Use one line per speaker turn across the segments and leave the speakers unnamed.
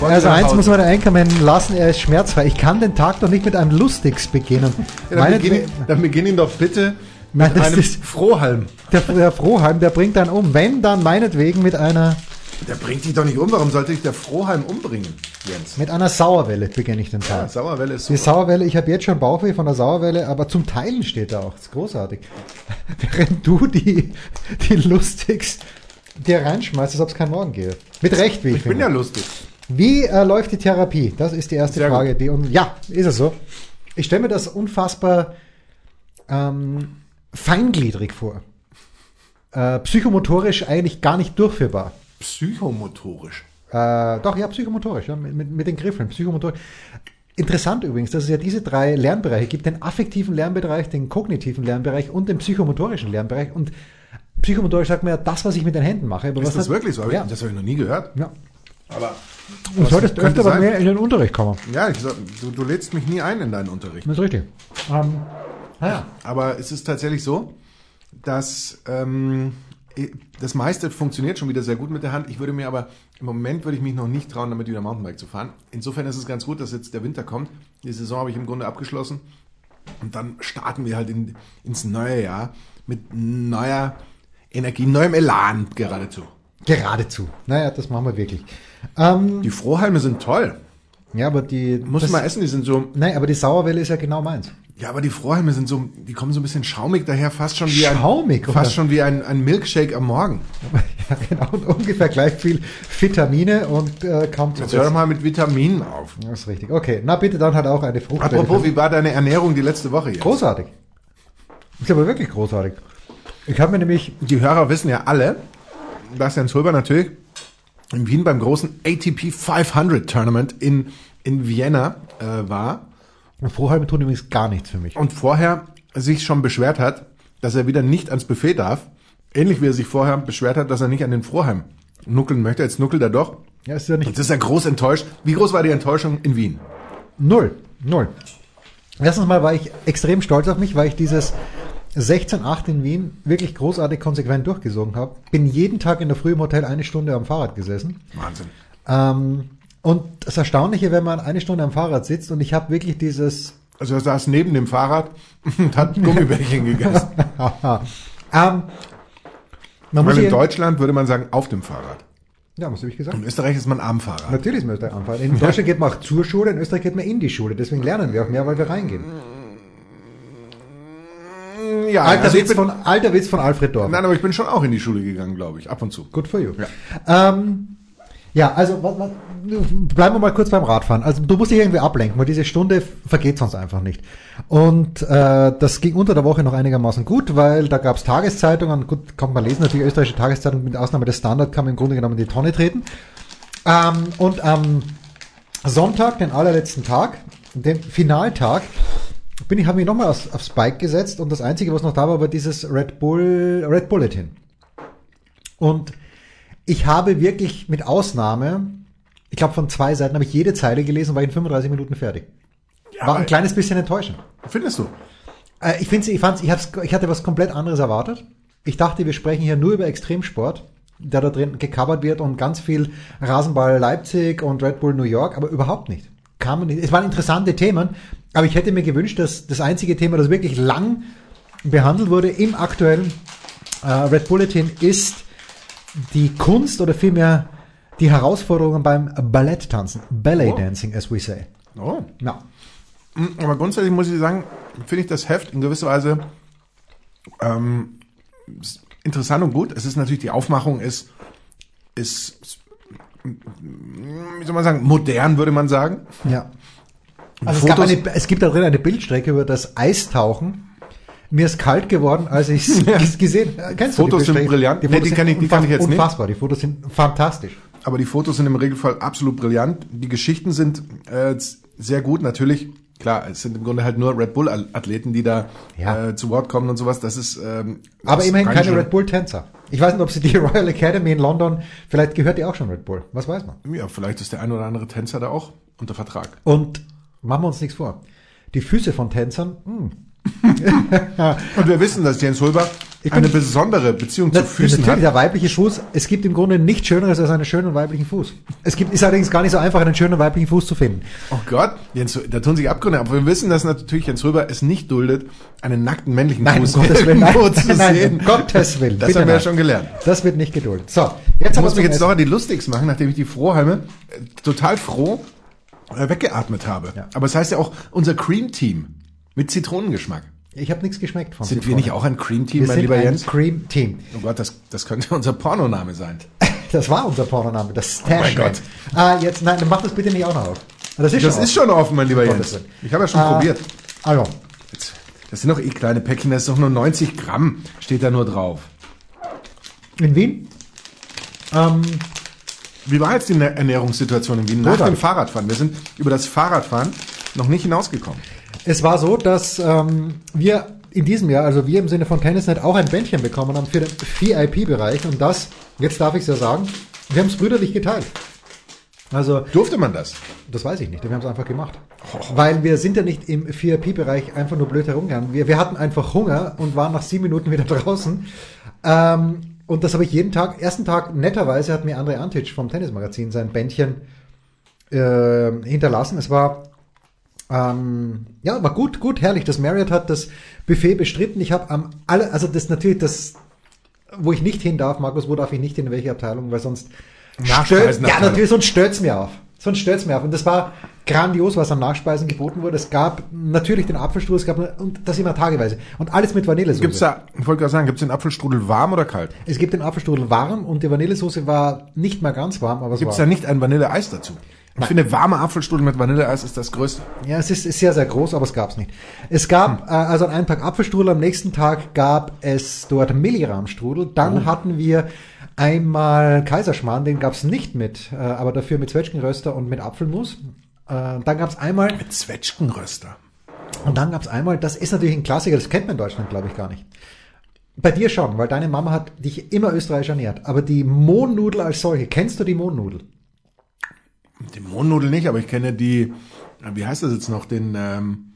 Also eins muss man einkommen lassen, er ist schmerzfrei. Ich kann den Tag doch nicht mit einem Lustigs beginnen.
Ja, dann, beginn, dann beginn ihn doch bitte
Nein,
mit
das
einem
ist-
Frohhalm.
der, der Froheim, der bringt dann um. Wenn, dann meinetwegen mit einer,
Der bringt dich doch nicht um. Warum sollte ich der Frohhalm umbringen, Jens?
mit einer Sauerwelle beginne ich den
Ja,
Tag.
Sauerwelle ist
Die
super.
Sauerwelle, ich habe jetzt schon Bauchweh von der Sauerwelle, aber zum Teilen steht da auch. Das ist großartig. Während du die, die Lustigs dir reinschmeißt, als ob es kein Morgen gäbe. Mit Recht, wie ich,
Ich bin
finde.
ja lustig.
Wie äh, läuft die Therapie? Das ist die erste
Sehr
Frage. Die, und ja, ist es so. Ich stelle mir das unfassbar ähm, feingliedrig vor. Äh, psychomotorisch eigentlich gar nicht durchführbar.
Psychomotorisch.
Äh, doch, ja, psychomotorisch, ja, mit, mit den Griffen, psychomotorisch. Interessant übrigens, dass es ja diese drei Lernbereiche gibt, den affektiven Lernbereich, den kognitiven Lernbereich und den psychomotorischen Lernbereich. Und psychomotorisch sagt man ja, das, was ich mit den Händen mache. Aber
Ist
was
das
hat-
wirklich so? Hab ich-
Ja.
Das habe ich noch nie gehört.
ja.
Aber
Du solltest
könnte
öfter bei
sein?
mir in den Unterricht kommen.
ja, ich, sag- du, du lädst mich nie ein in deinen Unterricht.
Das ist richtig. Ähm, naja.
Aber es ist tatsächlich so, dass ähm, das meiste funktioniert schon wieder sehr gut mit der Hand. Ich würde mir aber, im Moment würde ich mich noch nicht trauen, damit wieder Mountainbike zu fahren. Insofern ist es ganz gut, dass jetzt der Winter kommt. Die Saison habe ich im Grunde abgeschlossen. Und dann starten wir halt in, ins neue Jahr mit neuer Energie, neuem Elan geradezu.
Geradezu. Naja, das machen wir wirklich. Ähm,
Die Frohhalme sind toll.
ja, aber die.
Muss
das,
mal essen, die sind so,
Nein, aber die Sauerwelle ist ja genau meins.
ja, aber die Frohhalme sind so, die kommen so ein bisschen schaumig daher, fast schon wie ein,
Schaumig, oder?
fast schon wie ein, ein Milkshake am Morgen.
ja, genau. Und ungefähr gleich viel Vitamine und äh, kaum zu
Jetzt hör doch
essen.
mal mit Vitaminen auf.
Das ist richtig. Okay, na bitte dann halt auch eine Fruchtwelle.
Apropos, wie war deine Ernährung die letzte Woche hier?
großartig. Ist aber wirklich großartig. Ich habe mir nämlich.
Die Hörer wissen ja alle, dass Jens Hulber natürlich in Wien beim großen ATP 500 Tournament in, in Vienna äh, war
Frohhalme tun übrigens gar nichts für mich.
und vorher sich schon beschwert hat, dass er wieder nicht ans Buffet darf. Ähnlich wie er sich vorher beschwert hat, dass er nicht an den Vorheim nuckeln möchte. Jetzt nuckelt er doch.
Ja, ist ja nicht.
Jetzt ist er groß enttäuscht. Wie groß war die Enttäuschung in Wien?
Null. Null. Erstens mal war ich extrem stolz auf mich, weil ich dieses 16-8 in Wien wirklich großartig konsequent durchgesogen habe. Bin jeden Tag in der Früh im Hotel eine Stunde am Fahrrad gesessen.
Wahnsinn.
Ähm, und das Erstaunliche, wenn man eine Stunde am Fahrrad sitzt und ich habe wirklich dieses...
Also er saß neben dem Fahrrad und hat Gummibärchen gegessen.
ähm, man muss
Weil in
eben,
Deutschland würde man sagen, auf dem Fahrrad.
ja, was habe ich gesagt?
In Österreich ist man am Fahrrad.
Natürlich ist mir Österreich anfallen. In Deutschland geht man auch zur Schule, in Österreich geht man in die Schule. Deswegen lernen wir auch mehr, weil wir reingehen.
Ja,
Alter,
also ich
Witz,
bin,
von, alter Witz von Alfred Dorf.
nein, aber ich bin schon auch in die Schule gegangen, glaube ich, ab und zu.
Good for you. Ja, ähm, ja also was, was, bleiben wir mal kurz beim Radfahren. Also du musst dich irgendwie ablenken, weil diese Stunde vergeht sonst einfach nicht. Und äh, das ging unter der Woche noch einigermaßen gut, weil da gab es Tageszeitungen. Gut, kommt man lesen, natürlich österreichische Tageszeitung mit Ausnahme des Standard kann man im Grunde genommen in die Tonne treten. Ähm, und am Sonntag, den allerletzten Tag, den Finaltag, bin ich, habe mich nochmal aufs, aufs Bike gesetzt und das Einzige, was noch da war, war dieses Red Bull, Red Bulletin. Und ich habe wirklich mit Ausnahme, ich glaube von zwei Seiten habe ich jede Zeile gelesen und war in 35 Minuten fertig. War ein
aber-
kleines bisschen enttäuschend.
Findest du?
Äh, Ich finde, ich fand's, ich hab's, ich hatte was komplett anderes erwartet. Ich dachte, wir sprechen hier nur über Extremsport, der da drin gecovert wird und ganz viel Rasenball Leipzig und Red Bull New York, aber überhaupt nicht. Kamen nicht. Es waren interessante Themen, aber ich hätte mir gewünscht, dass das einzige Thema, das wirklich lang behandelt wurde im aktuellen äh, Red Bulletin, ist die Kunst oder vielmehr die Herausforderungen beim Balletttanzen. Ballet
Oh.
Dancing, as we say.
Oh.
Na,
Mm, Aber grundsätzlich muss ich sagen, finde ich das Heft in gewisser Weise ähm, s- interessant und gut. Es ist natürlich, die Aufmachung ist, ist, s- mm, wie soll man sagen, modern, würde man sagen.
ja. Also es, gab
Fotos-
eine, es gibt da drin eine Bildstrecke über das Eistauchen. Mir ist kalt geworden, als ich es gesehen habe. Kennst
Fotos
die
sind
Bildstrecke?
brillant.
Die
Nee,
Fotos
die
sind
kann ich- die kann ich
unfass-
jetzt nicht.
Unfassbar, die Fotos sind fantastisch.
Aber die Fotos sind im Regelfall absolut brillant. Die Geschichten sind äh, sehr gut. Natürlich Klar, es sind im Grunde halt nur Red Bull-Athleten, die da
Ja.
äh, zu Wort kommen und sowas. Das ist. Ähm,
Aber
das
immerhin
kann
keine
schon-
Red Bull-Tänzer. Ich weiß nicht, ob sie die Royal Academy in London, vielleicht gehört die auch schon Red Bull. Was weiß man.
Ja, vielleicht ist der ein oder andere Tänzer da auch unter Vertrag.
Und machen wir uns nichts vor. Die Füße von Tänzern, hm,
Und wir wissen, dass Jens Hulber eine besondere Beziehung zu
na,
Füßen
natürlich
hat.
der weibliche Fuß, es gibt im Grunde nichts Schöneres als einen schönen weiblichen Fuß. Es gibt, ist allerdings gar nicht so einfach, einen schönen weiblichen Fuß zu finden.
Oh Gott, Jens, da tun sich Abgründe. Aber wir wissen, dass natürlich Jens Röber es nicht duldet, einen nackten männlichen
Nein, um
Fuß
Gottes Willen, nein,
irgendwo zu
nein, nein,
sehen.
um Gottes Willen,
Das
bitte
haben wir ja
nein.
schon gelernt.
Das wird nicht geduldet. So, jetzt
Ich
haben
muss
wir
mich jetzt
zum
doch an die Lustigs machen, nachdem ich die Frohhalme äh, total froh äh, weggeatmet habe.
Ja.
Aber es heißt ja auch unser Cream Team mit Zitronengeschmack.
Essen. Ich habe nichts geschmeckt von
Sind
dir
wir nicht
vorher.
auch ein Cream Team,
Wir
mein
sind
lieber
ein
Jens?
Cream Team.
Oh Gott, das, das könnte unser Pornoname sein.
Das war unser Pornoname, das Stash.
Oh mein Gott.
Ah, jetzt, nein, dann mach das bitte nicht auch noch auf. Ah, Das ist
Das
schon.
ist schon offen, mein lieber
Um
Jens.
Gottes Willen.
Ich habe ja schon
Ah,
probiert.
Also,
Jetzt, das sind doch eh kleine Päckchen, das ist doch nur 90 Gramm, steht da nur drauf.
in Wien, ähm,
Wie war jetzt die Ne- Ernährungssituation in Wien nach dem
Großartig.
Fahrradfahren? Wir sind über das Fahrradfahren noch nicht hinausgekommen.
es war so, dass ähm, wir in diesem Jahr, also wir im Sinne von Tennisnet, auch ein Bändchen bekommen haben für den VIP-Bereich. Und das, jetzt darf ich es ja sagen, wir haben es brüderlich geteilt. Also,
Durfte man das?
Das weiß ich nicht, wir haben es einfach gemacht. Weil wir sind ja nicht im 4P-Bereich einfach nur blöd herumgegangen. Wir, wir hatten einfach Hunger und waren nach sieben Minuten wieder draußen. Ähm, und das habe ich jeden Tag, ersten Tag netterweise hat mir André Antic vom Tennismagazin sein Bändchen äh, hinterlassen. Es war ähm, ja, war gut, gut, herrlich. Das Marriott hat das Buffet bestritten. Ich habe am alle, also das natürlich das, wo ich nicht hin darf, Markus, wo darf ich nicht hin, in welche Abteilung, weil sonst stört, ja
Nachspeisenabteilung.
natürlich, sonst stört's mir auf. Sonst stört's mir auf. Und das war grandios, was am Nachspeisen geboten wurde. Es gab natürlich den Apfelstrudel, es gab und das immer tageweise und alles mit Vanillesoße.
Gibt's da, ich wollte gerade sagen, gibt's den Apfelstrudel warm oder kalt?
Es gibt den Apfelstrudel warm und die Vanillesoße war nicht mal ganz warm, aber es
Gibt's
war.
da nicht ein Vanilleeis dazu? Ich finde, warmer Apfelstrudel mit Vanilleeis ist das Größte.
Ja, es ist, ist sehr, sehr groß, aber es gab's nicht. Es gab
Hm.
äh, also an einem Tag Apfelstrudel, am nächsten Tag gab es dort Millirahmstrudel. Dann
Oh.
hatten wir einmal Kaiserschmarrn, den gab's nicht mit, äh, aber dafür mit Zwetschgenröster und mit Apfelmus. Äh, dann gab's einmal
Zwetschgenröster.
und dann gab's einmal, das ist natürlich ein Klassiker, das kennt man in Deutschland, glaube ich, gar nicht. Bei dir schon, weil deine Mama hat dich immer österreichisch ernährt. Aber die Mohnnudel als solche, kennst du die Mohnnudel?
Die Mohnnudel nicht, aber ich kenne die, äh, wie heißt das jetzt noch, den, ähm,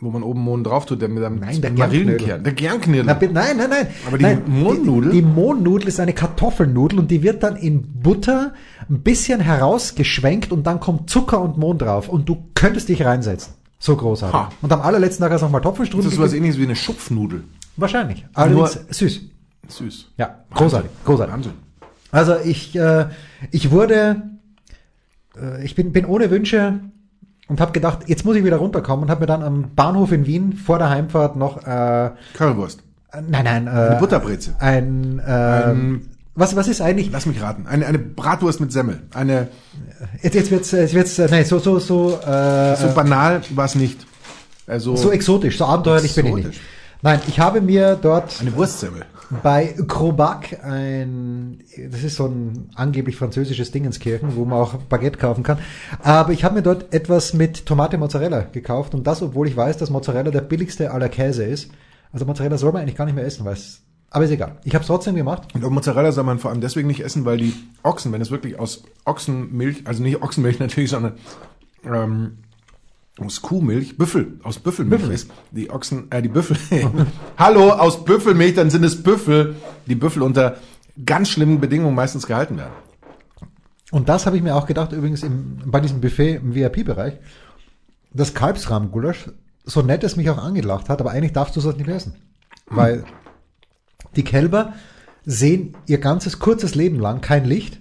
wo man oben Mohn drauf tut, der mit einem
Nein, der
Marillenkern. Der Gernknödel.
Na, bi- nein, nein, nein.
Aber die
nein,
Mohnnudel?
Die, die Mohnnudel ist eine Kartoffelnudel und die wird dann in Butter ein bisschen herausgeschwenkt und dann kommt Zucker und Mohn drauf und du könntest dich reinsetzen. So großartig.
Ha.
Und am allerletzten Tag hast du nochmal
Das
Topfenstrudel
ist sowas ähnliches wie eine Schupfnudel.
Wahrscheinlich. Allerdings
Nur-
süß.
Süß.
Ja, großartig, großartig.
Wahnsinn.
Also ich, äh, ich wurde, äh, ich bin, bin ohne Wünsche und habe gedacht, jetzt muss ich wieder runterkommen und habe mir dann am Bahnhof in Wien vor der Heimfahrt noch, äh, äh,
Currywurst.
nein, nein, äh,
Eine Butterbreze.
ein, äh, was, was ist eigentlich,
Ähm, Lass mich raten. Eine, eine Bratwurst mit Semmel. Eine,
jetzt, jetzt wird's, jetzt wird's, äh, nein, so, so, so, äh,
so banal war es nicht. Also,
so exotisch, so abenteuerlich bin ich nicht.
Exotisch.
Nein, ich habe mir dort
eine Wurstsemmel.
bei Krobak ein, das ist so ein angeblich französisches Dingenskirchen, wo man auch Baguette kaufen kann. Aber ich habe mir dort etwas mit Tomate Mozzarella gekauft und das, obwohl ich weiß, dass Mozzarella der billigste aller Käse ist. Also Mozzarella soll man eigentlich gar nicht mehr essen, weil es, aber ist egal. Ich habe es trotzdem gemacht.
Und auch Mozzarella soll man vor allem deswegen nicht essen, weil die Ochsen, wenn es wirklich aus Ochsenmilch, also nicht Ochsenmilch natürlich, sondern ähm, aus Kuhmilch, Büffel, aus Büffelmilch
Büffel.
ist, die Ochsen, äh, die Büffel, hallo, aus Büffelmilch, dann sind es Büffel, die Büffel unter ganz schlimmen Bedingungen meistens gehalten werden.
Und das habe ich mir auch gedacht, übrigens im, bei diesem Buffet im VIP-Bereich, das Kalbsrahmgulasch, so nett es mich auch angelacht hat, aber eigentlich darfst du es halt nicht mehr essen. Weil die Kälber sehen ihr ganzes kurzes Leben lang kein Licht.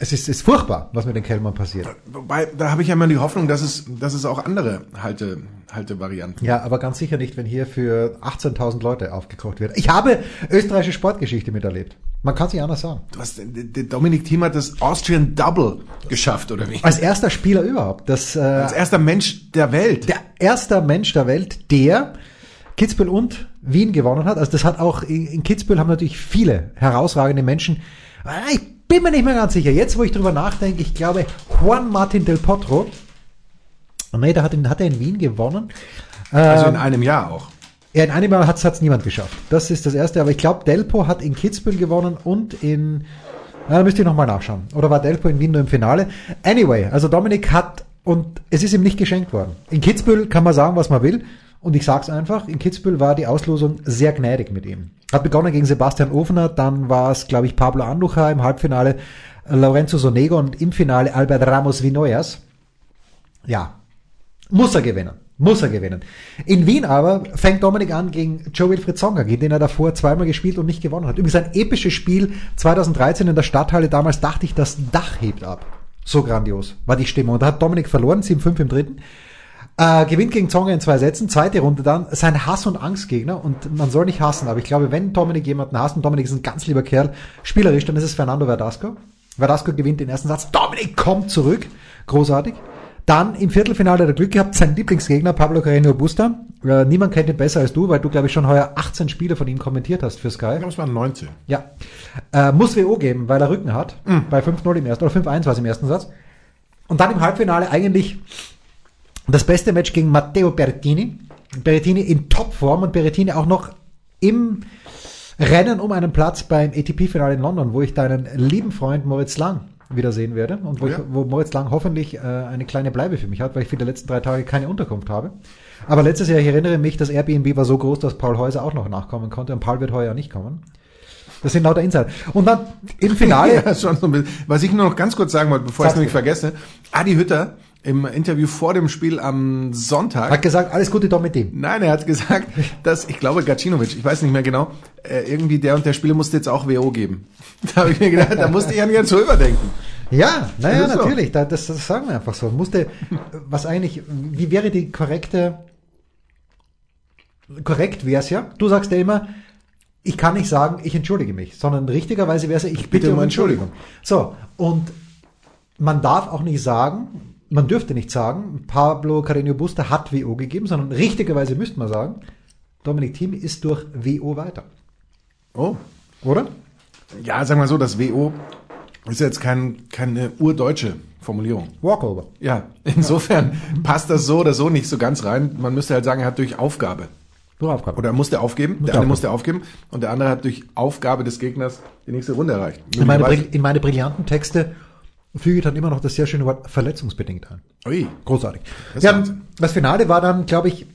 Es ist, ist furchtbar, was mit den Kälbern passiert.
Wobei, da habe ich ja immer die Hoffnung, dass es, dass es auch andere Halte, Haltevarianten
Ja, aber ganz sicher nicht, wenn hier für 18.000 Leute aufgekocht wird. Ich habe österreichische Sportgeschichte miterlebt. Man kann es nicht anders sagen.
Du hast, der der Dominik Thiem hat das Austrian Double geschafft, oder wie?
Als erster Spieler überhaupt, das äh,
Als erster Mensch der Welt.
der erster Mensch der Welt, der Kitzbühel und Wien gewonnen hat. Also das hat auch in in Kitzbühel haben natürlich viele herausragende Menschen. Ah, Ich bin mir nicht mehr ganz sicher. Jetzt, wo ich drüber nachdenke, ich glaube Juan Martin del Potro Nee, da hat, ihn- hat er in Wien gewonnen.
Also in einem Jahr auch.
Ja, in einem Jahr hat es niemand geschafft. Das ist das Erste. Aber ich glaube, Delpo hat in Kitzbühel gewonnen und in... Na, da müsst ihr nochmal nachschauen. Oder war Delpo in Wien nur im Finale? Anyway, also Dominik hat... Und es ist ihm nicht geschenkt worden. In Kitzbühel kann man sagen, was man will. Und ich sag's einfach, in Kitzbühel war die Auslosung sehr gnädig mit ihm. Hat begonnen gegen Sebastian Ofener, dann war es, glaube ich, Pablo Andujar im Halbfinale, Lorenzo Sonego und im Finale Albert Ramos Vinoyas. Ja, muss er gewinnen. Muss er gewinnen. In Wien aber fängt Dominik an gegen Joe Wilfried Songa, gegen den er davor zweimal gespielt und nicht gewonnen hat. Übrigens ein episches Spiel 2013 in der Stadthalle. Damals dachte ich, das Dach hebt ab. So grandios war die Stimmung. Und da hat Dominik verloren, 7-5 im dritten. Äh, gewinnt gegen Zonga in zwei Sätzen, zweite Runde dann, sein Hass- und Angstgegner und man soll nicht hassen, aber ich glaube, wenn Dominik jemanden hasst, und Dominik ist ein ganz lieber Kerl, spielerisch, dann ist es Fernando Verdasco. Verdasco gewinnt den ersten Satz, Dominik kommt zurück, großartig. Dann im Viertelfinale hat er Glück gehabt, sein Lieblingsgegner Pablo Carreño Busta. Äh, niemand kennt ihn besser als du, weil du, glaube ich, schon heuer 18 Spiele von ihm kommentiert hast für Sky.
Ich glaube, es waren 19.
Ja. Äh, muss WO geben, weil er Rücken hat. Bei 5-0 im ersten, oder 5-1 war es im ersten Satz. Und dann im Halbfinale eigentlich das beste Match gegen Matteo Berrettini. Berrettini in Topform und Berrettini auch noch im Rennen um einen Platz beim ATP-Finale in London, wo ich deinen lieben Freund Moritz Lang wiedersehen werde und wo,
Ja.
ich, wo Moritz Lang hoffentlich äh, eine kleine Bleibe für mich hat, weil ich für die letzten drei Tage keine Unterkunft habe. Aber letztes Jahr, ich erinnere mich, das Airbnb war so groß, dass Paul Häuser auch noch nachkommen konnte und Paul wird heuer nicht kommen. Das sind lauter Insider. Und dann im Finale,
Ja, schon so ein bisschen. Was ich nur noch ganz kurz sagen wollte, bevor ich es
Sag's
nämlich vergesse. Adi Hütter im Interview vor dem Spiel am Sonntag
hat gesagt, alles Gute doch mit dem.
Nein, er hat gesagt, dass, ich glaube, Gacinovic, ich weiß nicht mehr genau, äh, irgendwie der und der Spieler musste jetzt auch WO geben. Da habe ich mir gedacht, da musste ich an Jens Röber denken.
Ja, naja,
Das ist so.
natürlich. Da, das, das sagen wir einfach so. Musste, was eigentlich, wie wäre die korrekte, korrekt wäre es ja. Du sagst ja immer, ich kann nicht sagen, ich entschuldige mich, sondern richtigerweise wäre es ja, ich bitte um Entschuldigung. So, und man darf auch nicht sagen, man dürfte nicht sagen, Pablo Carreño Busta hat WO gegeben, sondern richtigerweise müsste man sagen, Dominik Thiem ist durch WO weiter.
Oh.
Oder?
Ja, sagen wir so, das WO ist jetzt kein, keine urdeutsche Formulierung.
Walkover.
Ja, insofern passt das so oder so nicht so ganz rein. Man müsste halt sagen, er hat durch Aufgabe.
Nur Aufgabe.
Oder er musste aufgeben, der
er
eine musste aufgeben und der andere hat durch Aufgabe des Gegners die nächste Runde erreicht.
In meine, Brill- in meine brillanten Texte füge ich dann immer noch das sehr schöne Wort verletzungsbedingt ein.
Ui.
Großartig.
Das
ja,
Wahnsinn.
das Finale war dann, glaube ich,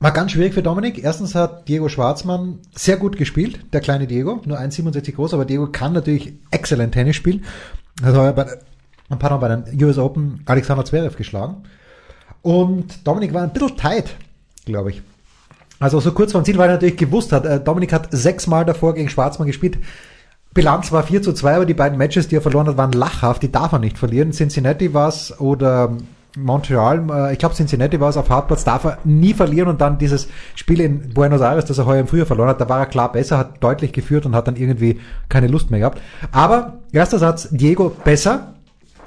war ganz schwierig für Dominik. Erstens hat Diego Schwarzmann sehr gut gespielt, der kleine Diego, nur 1,67 groß, aber Diego kann natürlich exzellent Tennis spielen. Hat heuer bei, pardon, bei den US Open Alexander Zverev geschlagen. Und Dominik war ein bisschen tight, glaube ich. Also so kurz vor dem Ziel, weil er natürlich gewusst hat, äh, Dominik hat sechsmal davor gegen Schwarzmann gespielt. Bilanz war 4 zu 2, aber die beiden Matches, die er verloren hat, waren lachhaft. Die darf er nicht verlieren. Cincinnati war es oder Montreal, äh, ich glaube Cincinnati war es auf Hartplatz, darf er nie verlieren. Und dann dieses Spiel in Buenos Aires, das er heuer im Frühjahr verloren hat, da war er klar besser, hat deutlich geführt und hat dann irgendwie keine Lust mehr gehabt. Aber erster Satz, Diego besser,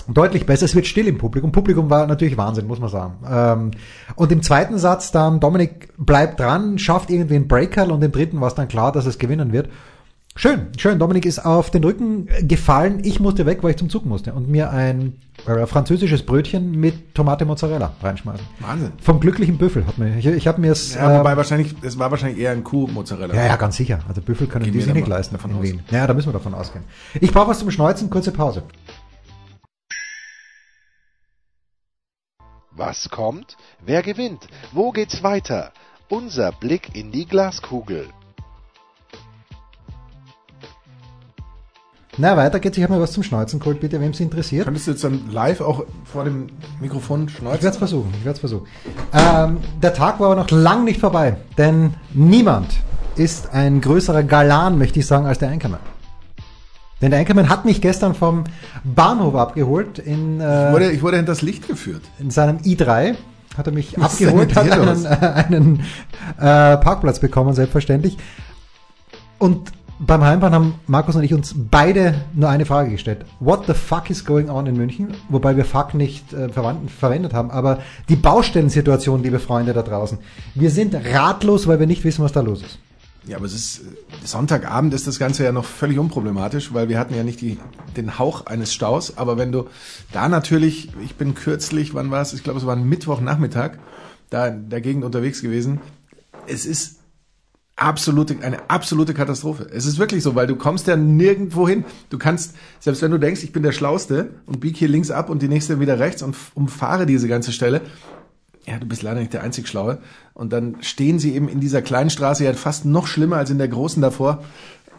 Deutlich besser, es wird still im Publikum. Publikum war natürlich Wahnsinn, muss man sagen. Ähm, und im zweiten Satz dann, Dominik bleibt dran, schafft irgendwie einen Breaker und im dritten war es dann klar, dass es gewinnen wird. Schön, schön. Dominik ist auf den Rücken gefallen. Ich musste weg, weil ich zum Zug musste und mir ein äh, französisches Brötchen mit Tomate Mozzarella reinschmeißen.
Wahnsinn.
Vom glücklichen Büffel hat mir. Ich, ich habe mir es.
Ja,
ähm,
wobei wahrscheinlich, es war wahrscheinlich eher ein Kuh-Mozzarella.
ja, ja, ganz sicher. Also Büffel können
Gehen
die
wir
sich
da
nicht
mal
leisten
davon
in
aus.
Wien. Ja, da müssen wir davon ausgehen. Ich brauche was zum Schneuzen, kurze Pause.
Was kommt? Wer gewinnt? Wo geht's weiter? Unser Blick in die Glaskugel.
Na, weiter geht's. Ich habe mir was zum Schneuzen geholt, bitte, wem's interessiert.
Könntest du jetzt dann live auch vor dem Mikrofon
Ich werde
schneuzen?
es versuchen, ich werde es versuchen. Ähm, der Tag war aber noch lang nicht vorbei, denn niemand ist ein größerer Galan, möchte ich sagen, als der Anchorman. Denn der Anchorman hat mich gestern vom Bahnhof abgeholt in,
Ich
äh,
wurde, ich wurde hinters Licht geführt.
in seinem i3. Hat er mich
Was ist denn
abgeholt,
mit
hat
dir
einen,
los?
äh, einen äh, Parkplatz bekommen, selbstverständlich. Und beim Heimfahren haben Markus und ich uns beide nur eine Frage gestellt. What the fuck is going on in München? Wobei wir fuck nicht äh, verwandt, verwendet haben, aber die Baustellensituation, liebe Freunde da draußen. Wir sind ratlos, weil wir nicht wissen, was da los ist.
Ja, aber es ist äh, Sonntagabend ist das Ganze ja noch völlig unproblematisch, weil wir hatten ja nicht die, den Hauch eines Staus. Aber wenn du da natürlich, ich bin kürzlich, wann war es? Ich glaube, es war ein Mittwochnachmittag, da in der Gegend unterwegs gewesen. Es ist absolute, eine absolute Katastrophe. Es ist wirklich so, weil du kommst ja nirgendwo hin. Du kannst, selbst wenn du denkst, ich bin der Schlauste und bieg hier links ab und die nächste wieder rechts und f- umfahre diese ganze Stelle, ja, du bist leider nicht der einzig Schlaue. Und dann stehen sie eben in dieser kleinen Straße, ja fast noch schlimmer als in der großen davor.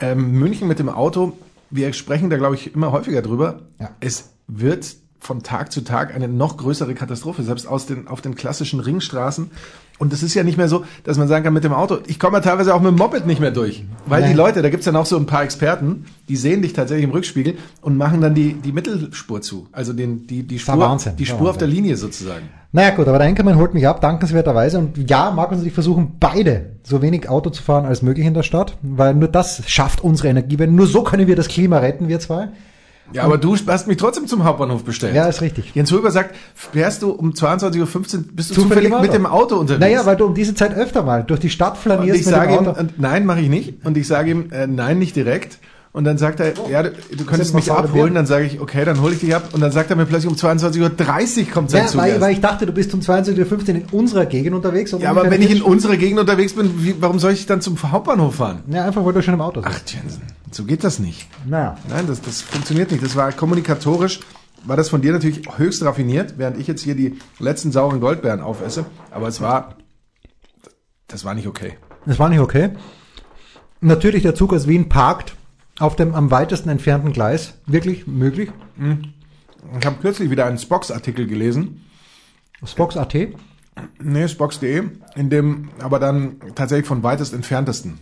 Ähm, München mit dem Auto, wir sprechen da, glaube ich, immer häufiger drüber.
Ja.
Es wird von Tag zu Tag eine noch größere Katastrophe, selbst aus den, auf den klassischen Ringstraßen. Und es ist ja nicht mehr so, dass man sagen kann, mit dem Auto, ich komme ja teilweise auch mit dem Moped nicht mehr durch. Weil die
Nee.
Leute, da gibt's dann auch so ein paar Experten, die sehen dich tatsächlich im Rückspiegel und machen dann die, die Mittelspur zu. Also den, die, die Spur,
Wahnsinn,
die
der
Spur auf der
Wahnsinn.
Linie sozusagen.
Naja gut, aber der Einkommen holt mich ab, dankenswerterweise. Und ja, Marc und ich versuchen beide so wenig Auto zu fahren als möglich in der Stadt, weil nur das schafft unsere Energiewende. Nur so können wir das Klima retten, wir zwei.
Ja, aber du hast mich trotzdem zum Hauptbahnhof bestellt.
Ja, ist richtig.
Jens Rüber sagt, fährst du um 22.15 Uhr, bist du
Zufällig
zufällig
im Auto.
mit dem Auto unterwegs?
Naja, weil du um diese Zeit öfter mal durch die Stadt
und
flanierst
ich sage ihm, äh,
Auto.
und nein, mache ich nicht. Und ich sage ihm, äh, nein, nicht direkt. Und dann sagt er, ja, du, du könntest
sind
mich
Oh, noch saure
abholen.
Birnen.
Dann sage ich, okay, dann hole ich dich ab. Und dann sagt er mir plötzlich um 22.30 Uhr kommt sein
ja,
Zug
weil,
erst.
weil ich dachte, du bist um 22.15 Uhr in unserer Gegend unterwegs. und
ja, aber
ungefähr
wenn ich in
vier
unserer Gegend unterwegs bin, wie, warum soll ich dann zum Hauptbahnhof fahren?
Stunden- Ja, einfach, weil du schon im Auto bist.
Ach, Jensen, so geht das nicht.
Naja.
Nein, das, das funktioniert nicht. Das war kommunikatorisch, war das von dir natürlich höchst raffiniert, während ich jetzt hier die letzten sauren Goldbeeren aufesse. Aber es war, das war nicht okay.
Das war nicht okay. Natürlich, der Zug aus Wien parkt auf dem am weitesten entfernten Gleis. Wirklich möglich.
Ich habe kürzlich wieder einen Spox-Artikel gelesen,
Spox.at.
nee, spox.de, in dem aber dann tatsächlich von weitest entferntesten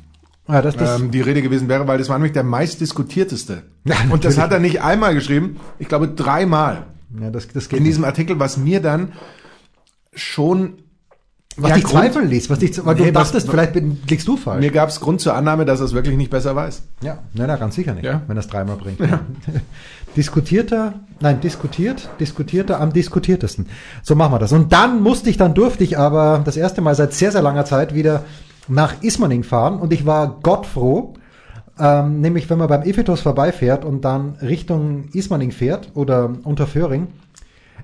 Ja, Ah, das, das,
ähm, die Rede gewesen wäre, weil das war nämlich der meistdiskutierteste.
Ja,
Und das
natürlich.
hat er nicht einmal geschrieben, ich glaube dreimal.
ja, das, das
In
geht
diesem Artikel, was mir dann schon
Was
ja,
dich
Grund-
zweifeln ließ, was dich, weil
Nee,
du
was-
dachtest, vielleicht bin, liegst du falsch.
Mir gab es Grund zur Annahme, dass er es wirklich nicht besser weiß.
ja, nein, nein, ganz sicher nicht,
Ja.
wenn das dreimal bringt. Diskutierter, nein, diskutiert, diskutierter am diskutiertesten. So machen wir das. Und dann musste ich, dann durfte ich aber das erste Mal seit sehr, sehr langer Zeit wieder nach Ismaning fahren und ich war gottfroh, ähm, nämlich wenn man beim Ephetos vorbeifährt und dann Richtung Ismaning fährt oder Unterföhring,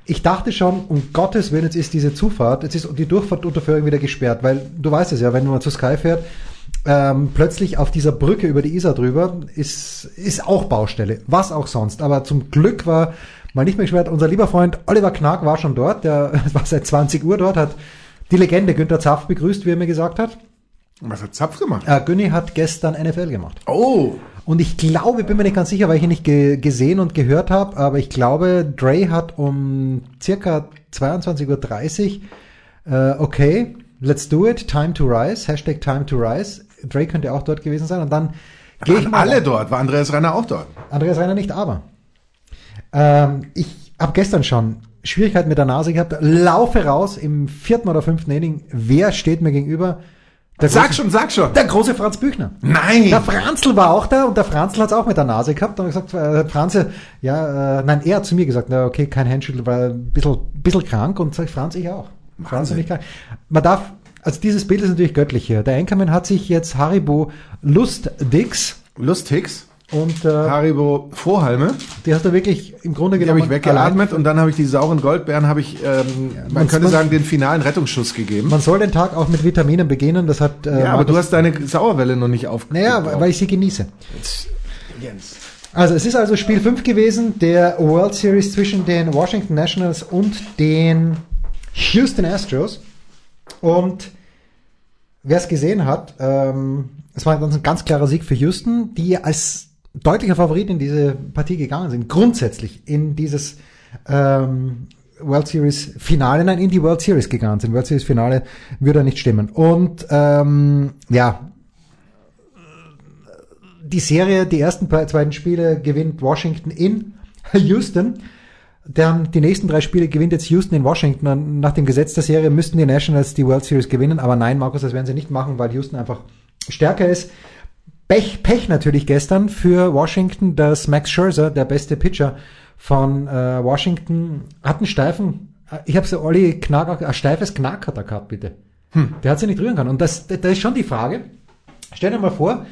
Ich dachte schon, um Gottes Willen, jetzt ist diese Zufahrt, jetzt ist die Durchfahrt unter Föhring wieder gesperrt, weil du weißt es ja, wenn man zu Sky fährt, ähm, plötzlich auf dieser Brücke über die Isar drüber ist, ist auch Baustelle, was auch sonst. Aber zum Glück war mal nicht mehr gesperrt. Unser lieber Freund Oliver Knark war schon dort, der war seit 20 Uhr dort, hat die Legende Günther Zapf begrüßt, wie er mir gesagt hat.
Was hat Zapf gemacht?
Äh, Günni hat gestern NFL gemacht.
Oh,
Und ich glaube, ich bin mir nicht ganz sicher, weil ich ihn nicht ge gesehen und gehört habe, aber ich glaube, Dre hat um circa 22.30 Uhr, äh, okay, let's do it, time to rise, Hashtag time to rise. Dre könnte auch dort gewesen sein und dann gehe ich
waren
mal.
alle dort. War Andreas Renner auch dort?
Andreas Reiner nicht, aber. Ähm, ich habe gestern schon Schwierigkeiten mit der Nase gehabt, laufe raus im vierten oder fünften Inning, wer steht mir gegenüber? Der
Sag
große,
schon, sag schon.
der große Franz Büchner.
Nein.
Der Franzl war auch da und der Franzl hat es auch mit der Nase gehabt. Und hat gesagt, äh, Franzl, ja, äh, nein, er hat zu mir gesagt, na okay, kein Handschüttel, war ein bisschen, bisschen krank. Und sag ich, Franz, ich auch. Franz
Wahnsinn.
und ich krank. Man darf, also dieses Bild ist natürlich göttlich hier. Der Einkommen hat sich jetzt Haribo Lust Dicks
Lustix,
und äh,
Haribo Vorhalme.
die hast du wirklich im Grunde
Die habe
genommen
ich
allein-
weggeatmet und dann habe ich die sauren Goldbeeren, habe ich, ähm, man
man-
könnte
man-
sagen, den finalen Rettungsschuss gegeben.
Man soll den Tag auch mit Vitaminen beginnen. Das hat. Äh,
Ja, aber du
Markus-
hast deine Sauerwelle noch nicht auf.
Naja, weil- weil ich sie genieße.
Genau. Jens.
Also es ist also Spiel 5 gewesen, der World Series zwischen den Washington Nationals und den Houston Astros. Und wer es gesehen hat, ähm, es war ganz- ein ganz klarer Sieg für Houston, die als deutlicher Favorit in diese Partie gegangen sind, grundsätzlich in dieses ähm, World Series Finale, nein, in die World Series gegangen sind. World Series Finale würde nicht stimmen. Und ähm, ja, die Serie, die ersten be- beiden Spiele gewinnt Washington in Houston. Dann die nächsten drei Spiele gewinnt jetzt Houston in Washington. Und nach dem Gesetz der Serie müssten die Nationals die World Series gewinnen. Aber nein, Markus, das werden sie nicht machen, weil Houston einfach stärker ist. Pech, Pech natürlich gestern für Washington, dass Max Scherzer, der beste Pitcher von äh, Washington, hat einen steifen, äh, ich habe so Olli Knack, ein steifes Knack hat er gehabt, bitte. Der hat sie nicht rühren können. Und das, da da ist schon die Frage, Stell dir mal vor,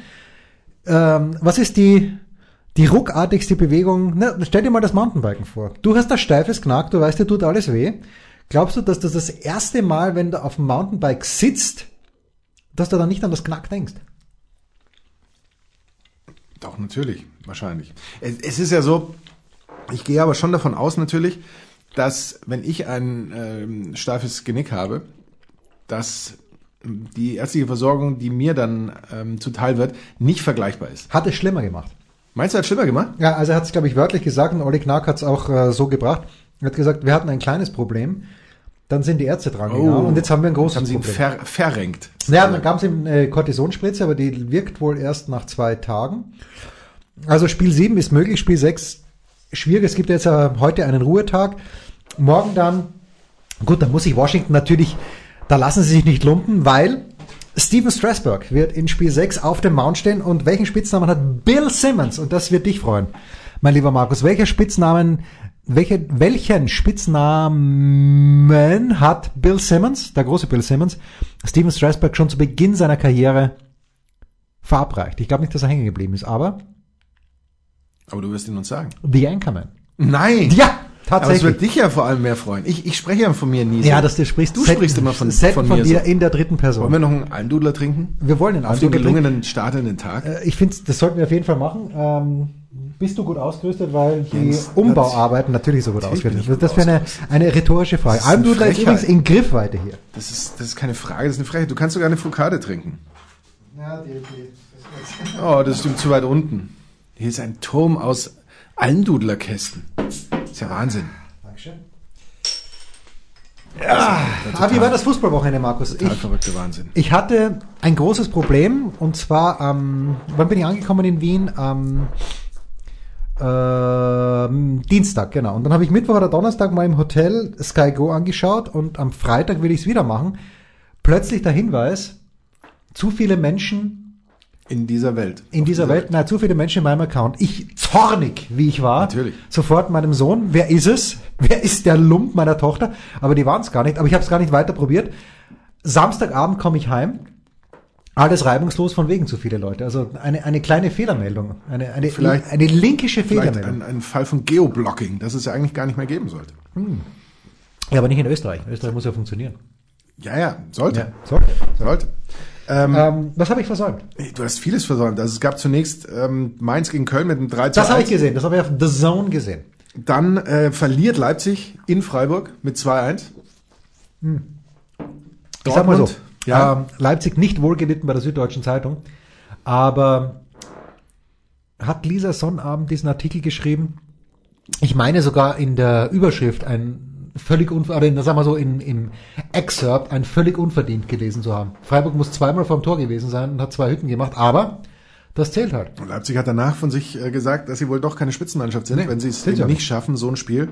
ähm, was ist die, die ruckartigste Bewegung? Na, stell dir mal das Mountainbiken vor. Du hast ein steifes Knack, du weißt, dir tut alles weh. Glaubst du, dass das das erste Mal, wenn du auf dem Mountainbike sitzt, dass du dann nicht an das Knack denkst?
Doch, natürlich, wahrscheinlich. Es, es ist ja so, ich gehe aber schon davon aus natürlich, dass wenn ich ein ähm, steifes Genick habe, dass die ärztliche Versorgung, die mir dann ähm, zuteil wird, nicht vergleichbar ist.
Hat es schlimmer gemacht.
Meinst du, er hat schlimmer gemacht?
Ja, also er hat es, glaube ich, wörtlich gesagt und Olli Knack hat es auch äh, so gebracht. Er hat gesagt, wir hatten ein kleines Problem, dann sind die Ärzte dran gegangen und jetzt haben wir ein großes
haben sie ihn
Problem.
ver verrenkt.
Ja, dann gab es ihm eine Kortisonspritze, aber die wirkt wohl erst nach zwei Tagen. Also Spiel 7 ist möglich, Spiel 6 schwierig. Es gibt jetzt äh, heute einen Ruhetag. Morgen dann, gut, dann muss sich Washington natürlich, da lassen sie sich nicht lumpen, weil Steven Strasberg wird in Spiel 6 auf dem Mount stehen und welchen Spitznamen hat Bill Simmons? Und das wird dich freuen, mein lieber Markus. Welcher Spitznamen, welche, welchen Spitznamen hat Bill Simmons, der große Bill Simmons, Steven Strasberg schon zu Beginn seiner Karriere verabreicht? Ich glaube nicht, dass er hängen geblieben ist, aber
Aber du wirst ihn uns sagen.
The Anchorman.
Nein!
Ja,
Aber es
tatsächlich.
wird dich ja vor allem mehr freuen. Ich, ich spreche ja von mir nie. so.
ja, dass du sprichst.
Du
selten-
sprichst immer von,
selten
von,
von
mir.
dir
so.
in der dritten Person.
Wollen wir noch einen Almdudler trinken?
Wir wollen den
Auf den
Eindruck erblicken.
gelungenen Start in den Tag.
Äh, Ich finde, das sollten wir auf jeden Fall machen. Ähm, bist du gut ausgerüstet, weil die
Jens,
Umbauarbeiten natürlich so gut
natürlich bin
ausgerüstet
ich
sind.
gut
Das wäre eine, eine rhetorische Frage.
ist eine
Almdudler ist
Frechheit.
übrigens in Griffweite hier.
Das ist, das ist keine Frage, das ist eine Frechheit. Du kannst sogar eine Flukade trinken.
Ja, die,
Oh, das ist ihm zu weit unten. Hier ist ein Turm aus Almdudlerkästen. Ist ja Wahnsinn.
Dankeschön. Ah, wie war das Fußballwochenende, Markus? Ich,
Total verrückter Wahnsinn.
ich hatte ein großes Problem und zwar am, wann bin ich angekommen in Wien? Am ähm, Dienstag, genau. Und dann habe ich Mittwoch oder Donnerstag mal im Hotel Sky Go angeschaut und am Freitag will ich es wieder machen. Plötzlich der Hinweis, zu viele Menschen
In dieser Welt.
in
Auf
dieser Welt, na, zu viele Menschen in meinem Account. Ich, zornig, wie ich war,
Natürlich.
sofort meinem Sohn, wer ist es? Wer ist der Lump meiner Tochter? Aber die waren es gar nicht, aber ich habe es gar nicht weiter probiert. Samstagabend komme ich heim. Alles reibungslos von wegen zu viele Leute. Also eine, eine kleine Fehlermeldung. Eine, eine,
Vielleicht-
eine linkische
Vielleicht
Fehlermeldung.
ein, ein Fall von Geoblocking, das es ja eigentlich gar nicht mehr geben sollte.
Ja, aber nicht in Österreich. Österreich muss ja funktionieren.
Ja, ja, sollte.
So.
Sollte. Ähm,
Ähm, was habe ich versäumt?
Du hast vieles versäumt. Also es gab zunächst ähm, Mainz gegen Köln mit einem 3 zu
Das habe ich
1.
gesehen. Das habe ich auf The Zone gesehen.
Dann äh, verliert Leipzig in Freiburg mit 2-1. Hm.
Ich sag mal so.
Dortmund? Ja.
ähm, Leipzig nicht wohlgelitten bei der Süddeutschen Zeitung. Aber hat Lisa Sonnabend diesen Artikel geschrieben? Ich meine sogar in der Überschrift ein völlig unverdient, oder in, sagen wir so, in, im Excerpt ein völlig unverdient gelesen zu haben. Freiburg muss zweimal vorm Tor gewesen sein und hat zwei Hütten gemacht, aber das zählt halt.
Und Leipzig hat danach von sich äh, gesagt, dass sie wohl doch keine Spitzenmannschaft sind,
Nee,
wenn sie es
sind
eben
sie auch
nicht schaffen, so ein Spiel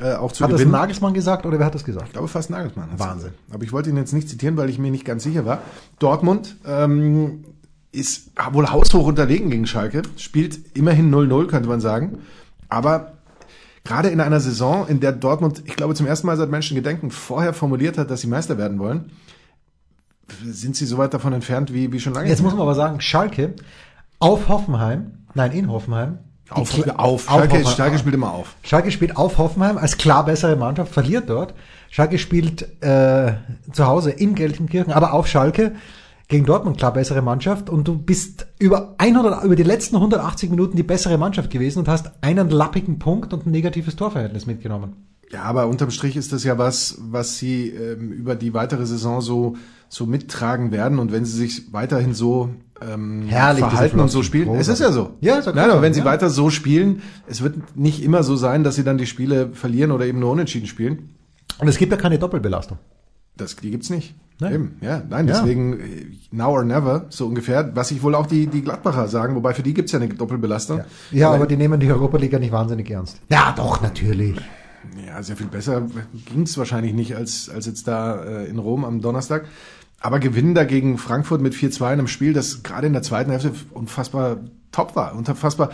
äh, auch zu
Hat das
gewinnen.
Nagelsmann gesagt oder wer hat das gesagt?
ich glaube, fast Nagelsmann. hat's
Wahnsinn.
gesagt. Aber ich wollte ihn jetzt nicht zitieren, weil ich mir nicht ganz sicher war. Dortmund ähm, ist wohl haushoch unterlegen gegen Schalke, spielt immerhin 0-0, könnte man sagen. Aber gerade in einer Saison, in der Dortmund, ich glaube, zum ersten Mal seit Menschengedenken vorher formuliert hat, dass sie Meister werden wollen, sind sie so weit davon entfernt wie, wie schon lange.
Jetzt muss man aber sagen, Schalke auf Hoffenheim, nein, in Hoffenheim. die
auf,
Kle-
auf, Schalke,
Hoffenheim.
Schalke spielt immer auf.
Schalke spielt auf Hoffenheim als klar bessere Mannschaft, verliert dort. Schalke spielt äh, zu Hause in Gelsenkirchen, aber auf Schalke gegen Dortmund klar bessere Mannschaft und du bist über 100, über die letzten 180 Minuten die bessere Mannschaft gewesen und hast einen lappigen Punkt und ein negatives Torverhältnis mitgenommen.
Ja, aber unterm Strich ist das ja was, was sie ähm, über die weitere Saison so, so mittragen werden. Und wenn sie sich weiterhin so ähm,
Herrlich, diese
verhalten und so
Floskel.
spielen, es ist
Großartig.
ja so.
Ja, ist ja
Nein, aber
klar,
wenn sie
ja.
weiter so spielen, es wird nicht immer so sein, dass sie dann die Spiele verlieren oder eben nur unentschieden spielen.
Und es gibt ja keine Doppelbelastung.
Das, die gibt's nicht.
Nein.
Eben, ja, nein,
Ja.
deswegen äh, now or never, so ungefähr, was ich wohl auch die, die Gladbacher sagen, wobei für die gibt's ja eine Doppelbelastung.
Ja, ja aber die nehmen die Europa League ja nicht wahnsinnig ernst. Ja, doch, natürlich.
Ja, sehr viel besser ging's wahrscheinlich nicht als, als jetzt da äh, in Rom am Donnerstag. Aber gewinnen dagegen Frankfurt mit 4-2 in einem Spiel, das gerade in der zweiten Hälfte unfassbar top war. Unfassbar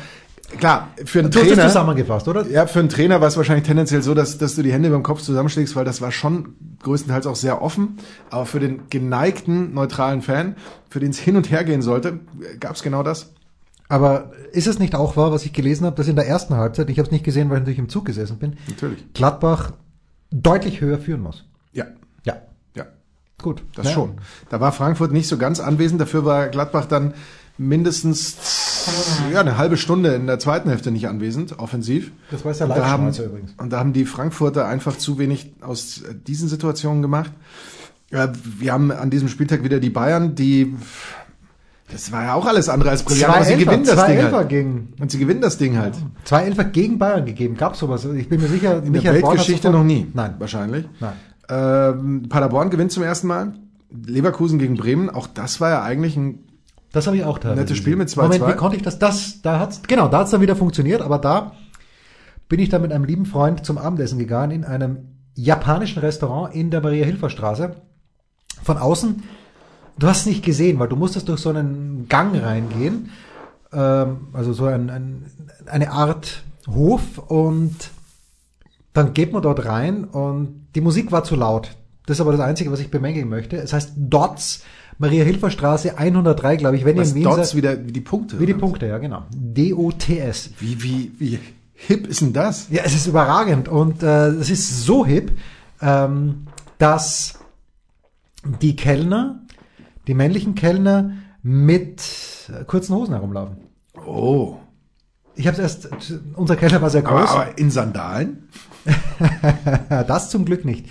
Klar, für einen
Du hast es
Trainer.
zusammengefasst, oder?
Ja, für einen Trainer war es wahrscheinlich tendenziell so, dass, dass du die Hände beim Kopf zusammenschlägst, weil das war schon größtenteils auch sehr offen. Aber für den geneigten, neutralen Fan, für den es hin und her gehen sollte, gab es genau das.
Aber ist es nicht auch wahr, was ich gelesen habe, dass in der ersten Halbzeit, ich habe es nicht gesehen, weil ich natürlich im Zug gesessen bin,
Natürlich.
Gladbach deutlich höher führen muss?
Ja,
Ja,
ja,
gut.
das
Ja.
schon. Da war Frankfurt nicht so ganz anwesend, dafür war Gladbach dann mindestens ja, eine halbe Stunde in der zweiten Hälfte nicht anwesend, offensiv.
Das weiß der
Und da haben,
Leitschneizer übrigens.
Und da haben die Frankfurter einfach zu wenig aus diesen Situationen gemacht. Ja, Wir haben an diesem Spieltag wieder die Bayern, die das war ja auch alles andere als brillant, aber sie
Elfer,
gewinnen das
zwei
Ding
Elfer
halt.
gegen,
Und sie gewinnen das Ding halt.
zwei Elfer gegen Bayern gegeben. Gab's sowas? Ich bin mir sicher,
In der Weltgeschichte noch nie.
Nein.
Wahrscheinlich.
Nein.
Ähm, Paderborn gewinnt zum ersten Mal. Leverkusen gegen Bremen, auch das war ja eigentlich ein
Das habe ich auch teilweise.
Nettes Spiel
gesehen.
mit 2-2.
Moment, wie konnte ich das? Das, da hat's, genau, da hat's dann wieder funktioniert, aber da bin ich dann mit einem lieben Freund zum Abendessen gegangen in einem japanischen Restaurant in der Maria-Hilfer-Straße. Von außen, du hast es nicht gesehen, weil du musstest durch so einen Gang reingehen, ähm, also so ein, ein, eine Art Hof und dann geht man dort rein und die Musik war zu laut. Das ist aber das Einzige, was ich bemängeln möchte. Es heißt Dots, Maria-Hilfer-Straße 103, glaube ich, wenn ihr
was
in Wien
Dots
seid.
wieder wie die Punkte.
Wie die Punkte, ja genau. D-O-T-S.
Wie, wie, wie hip ist denn das?
Ja, es ist überragend und äh, es ist so hip, ähm, dass die Kellner, die männlichen Kellner mit äh, kurzen Hosen herumlaufen.
Oh.
Ich habe erst, unser Kellner war sehr
Aber,
groß,
aber in Sandalen?
Ja, das zum Glück nicht.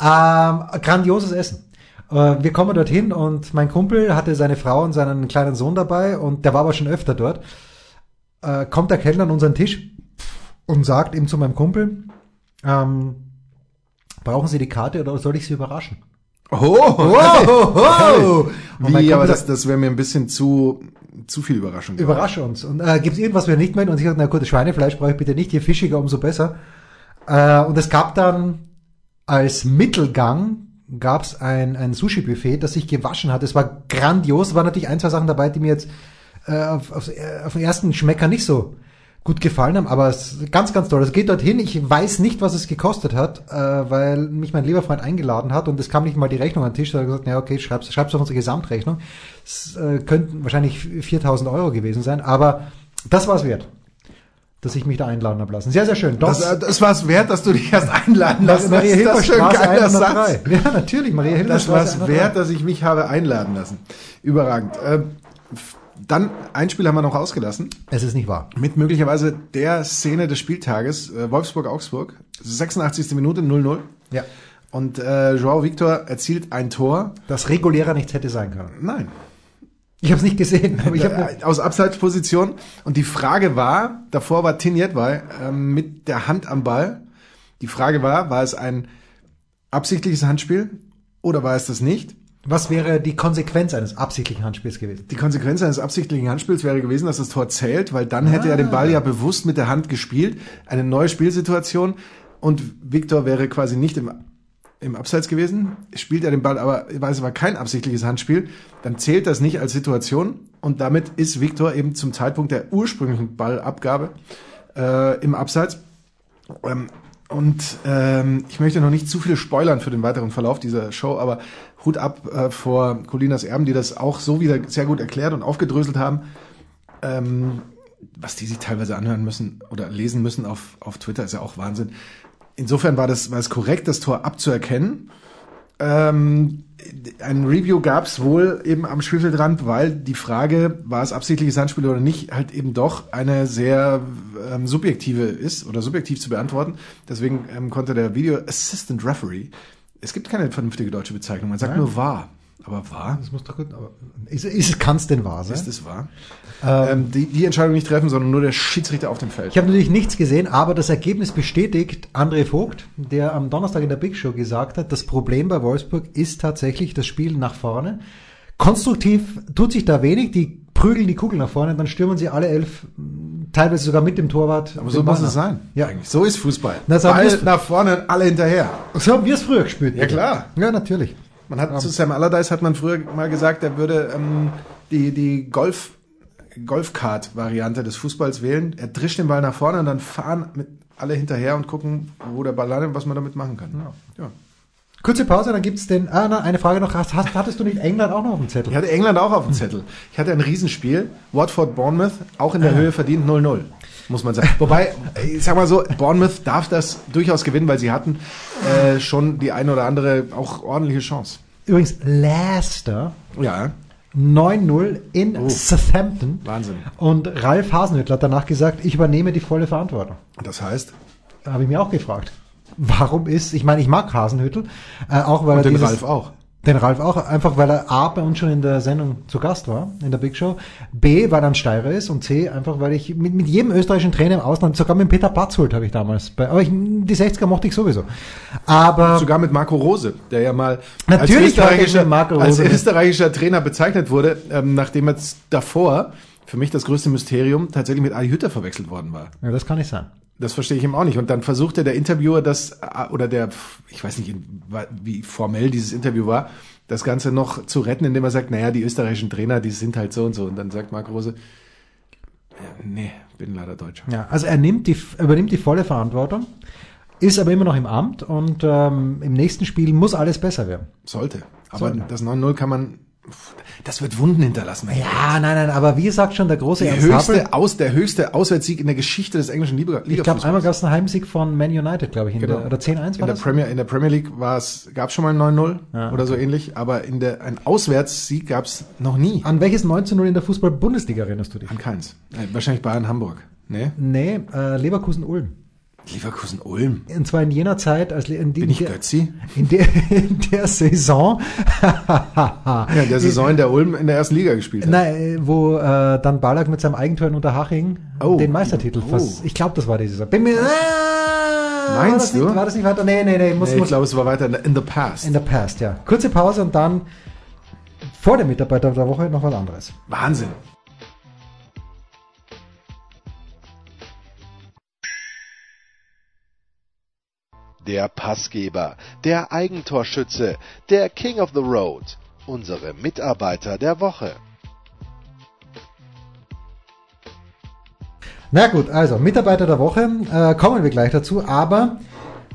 Ähm, grandioses Essen. Äh, wir kommen dorthin und mein Kumpel hatte seine Frau und seinen kleinen Sohn dabei und der war aber schon öfter dort. Äh, kommt der Kellner an unseren Tisch und sagt ihm zu meinem Kumpel, ähm, brauchen Sie die Karte oder soll ich Sie überraschen?
Oh.
Oh, Und mein
Wie, aber
Kumpel
das,
sagt,
das wäre mir ein bisschen zu, zu viel Überraschung.
überrasche uns. Und äh, gibt es irgendwas, was wir nicht möchten? Und ich sagte, na gut, das Schweinefleisch brauche ich bitte nicht, je fischiger, umso besser. Äh, und es gab dann als Mittelgang gab's ein, ein Sushi-Buffet, das sich gewaschen hat. Es war grandios, waren natürlich ein, zwei Sachen dabei, die mir jetzt äh, auf, aufs- äh, auf den ersten Schmecker nicht so gut gefallen haben, aber es ist ganz, ganz toll. Es geht dorthin, ich weiß nicht, was es gekostet hat, äh, weil mich mein lieber Freund eingeladen hat und es kam nicht mal die Rechnung an den Tisch, da hat er gesagt, ja okay, schreib's, schreib's auf unsere Gesamtrechnung. Es äh, könnten wahrscheinlich 4000 Euro gewesen sein, aber das war's wert, dass ich mich da einladen habe lassen. Sehr, sehr schön.
Das,
Dort-
äh, das war es wert, dass du dich erst einladen
das
lassen
ist Maria
das für ein
Hilferstraße
geiler Satz?
103. Ja, natürlich, Maria
Das
Hilferstraße
war es wert, dass ich mich habe einladen lassen. Überragend. Ähm, f- dann, ein Spiel haben wir noch ausgelassen.
Es ist nicht wahr.
Mit möglicherweise der Szene des Spieltages, äh, Wolfsburg-Augsburg, 86. Minute 0-0.
Ja.
Und äh, Joao Victor erzielt ein Tor.
Dass regulärer nichts hätte sein können.
Nein,
Ich habe es nicht gesehen, aber ich habe
Äh, aus Abseitsposition. Und die Frage war, davor war Tin Jedwai ähm, mit der Hand am Ball. Die Frage war, war es ein absichtliches Handspiel oder war es das nicht?
Was wäre die Konsequenz eines absichtlichen Handspiels gewesen?
Die Konsequenz eines absichtlichen Handspiels wäre gewesen, dass das Tor zählt, weil dann hätte er den Ball ja bewusst mit der Hand gespielt. Eine neue Spielsituation und Viktor wäre quasi nicht im, im Abseits gewesen. Spielt er den Ball aber, weil es war kein absichtliches Handspiel, dann zählt das nicht als Situation und damit ist Viktor eben zum Zeitpunkt der ursprünglichen Ballabgabe äh, im Abseits. Ähm, und ähm, ich möchte noch nicht zu viel spoilern für den weiteren Verlauf dieser Show, aber Hut ab äh, vor Colinas Erben, die das auch so wieder sehr gut erklärt und aufgedröselt haben, ähm, was die sich teilweise anhören müssen oder lesen müssen auf, auf Twitter, ist ja auch Wahnsinn. Insofern war, das, war es korrekt, das Tor abzuerkennen. Ähm, ein Review gab es wohl eben am Spielfeldrand, weil die Frage, war es absichtliches Handspiel oder nicht, halt eben doch eine sehr ähm, subjektive ist oder subjektiv zu beantworten. Deswegen ähm, konnte der Video Assistant Referee, es gibt keine vernünftige deutsche Bezeichnung, man sagt nur war. Aber war?
Das muss doch gut, aber ist, ist, kann es denn wahr sein?
Ist es wahr? Ähm, die, die Entscheidung nicht treffen, sondern nur der Schiedsrichter auf dem Feld.
Ich habe natürlich nichts gesehen, aber das Ergebnis bestätigt André Vogt, der am Donnerstag in der Big Show gesagt hat, das Problem bei Wolfsburg ist tatsächlich das Spiel nach vorne. Konstruktiv tut sich da wenig, die prügeln die Kugel nach vorne, dann stürmen sie alle elf, mh, teilweise sogar mit dem Torwart.
Aber so muss es sein.
Ja.
Eigentlich. So ist Fußball.
Na, sagen
Ball
wir's-
nach vorne, alle hinterher.
So haben wir es früher gespielt.
Ja, klar.
Ja, natürlich.
Man hat zu Sam Allardyce hat man früher mal gesagt, er würde ähm, die, die Golf Golfkart-Variante des Fußballs wählen. Er drischt den Ball nach vorne und dann fahren mit alle hinterher und gucken, wo der Ball landet und was man damit machen kann. Ja. ja.
Kurze Pause, dann gibt's den. Ah, nein, eine Frage noch. Hast, hast, hattest du nicht England auch noch auf dem Zettel?
Ich hatte England auch auf dem Zettel. Ich hatte ein Riesenspiel. Watford Bournemouth, auch
Ah.
in der Höhe verdient 0-0, muss man sagen. Wobei, ich sag mal so, Bournemouth darf das durchaus gewinnen, weil sie hatten äh, schon die eine oder andere auch ordentliche Chance.
Übrigens, Leicester
Ja,
9-0 in Southampton.
Oh. Wahnsinn.
Und Ralf Hasenhüttl hat danach gesagt, ich übernehme die volle Verantwortung.
das heißt,
Da habe ich mir auch gefragt. Warum ist, ich meine, ich mag Hasenhüttl, äh, auch
und
weil er
den
dieses,
Ralf auch.
Den Ralf auch, einfach weil er A, bei uns schon in der Sendung zu Gast war, in der Big Show, B, weil er ein Steirer ist und C, einfach weil ich mit, mit jedem österreichischen Trainer im Ausland, sogar mit Peter Patzold habe ich damals, bei, aber ich, die 60er mochte ich sowieso. Aber
Sogar mit Marco Rose, der ja mal
Natürlich
als, österreichischer,
mit Marco
als
Rose.
österreichischer Trainer bezeichnet wurde, ähm, nachdem er z- davor, für mich das größte Mysterium, tatsächlich mit Adi Hütter verwechselt worden war.
ja, das kann nicht sein.
Das verstehe ich eben auch nicht. Und dann versuchte der Interviewer das, äh, oder der, ich weiß nicht, wie formell dieses Interview war, das Ganze noch zu retten, indem er sagt, naja, die österreichischen Trainer, die sind halt so und so. Und dann sagt Marco Rose, ja, nee, bin leider Deutscher.
Ja, also er nimmt die, übernimmt die volle Verantwortung, ist aber immer noch im Amt und ähm, im nächsten Spiel muss alles besser werden.
Sollte. Aber
Sollte.
das 9-0 kann man, das wird Wunden hinterlassen. mein
Ja, nein, nein, aber wie sagt schon der große
Die
Ernst Happel,
höchste aus, der höchste Auswärtssieg in der Geschichte des englischen Liga
ich glaube,
Ligafußballs.
einmal gab es einen Heimsieg von Man United, glaube ich, in
Genau.
der, oder 10-1
in der
war das?
Premier in der Premier League war es gab schon mal ein 9-0
Ja,
oder so ähnlich, aber in der ein Auswärtssieg gab es noch nie.
An welches 19-0 in der Fußball-Bundesliga erinnerst du dich?
An keins. Äh, wahrscheinlich Bayern Hamburg. Ne?
Nee, äh, Leverkusen-Ulm.
Leverkusen Ulm.
Und zwar in jener Zeit, als Le- in, die,
Bin
in,
ich
der,
Götzi?
in, der, in der Saison,
Ja, in der Saison in der Ulm in der ersten Liga gespielt hat.
nein, wo äh, dann Ballack mit seinem Eigentor in Unterhaching
Oh.
den Meistertitel
Oh.
fast. Ich glaube, das war die Saison. Bin mir, ah, war das
Meinst
nicht,
du?
War das nicht weiter? Nee, nee, nee. Muss,
Nee, ich
muss,
glaube, es war weiter in the- in the past.
in der Past, ja. Kurze Pause und dann vor der Mitarbeiter der Woche noch was anderes.
Wahnsinn.
Der Passgeber, der Eigentorschütze, der King of the Road, unsere Mitarbeiter der Woche.
Na gut, also Mitarbeiter der Woche, äh, kommen wir gleich dazu, aber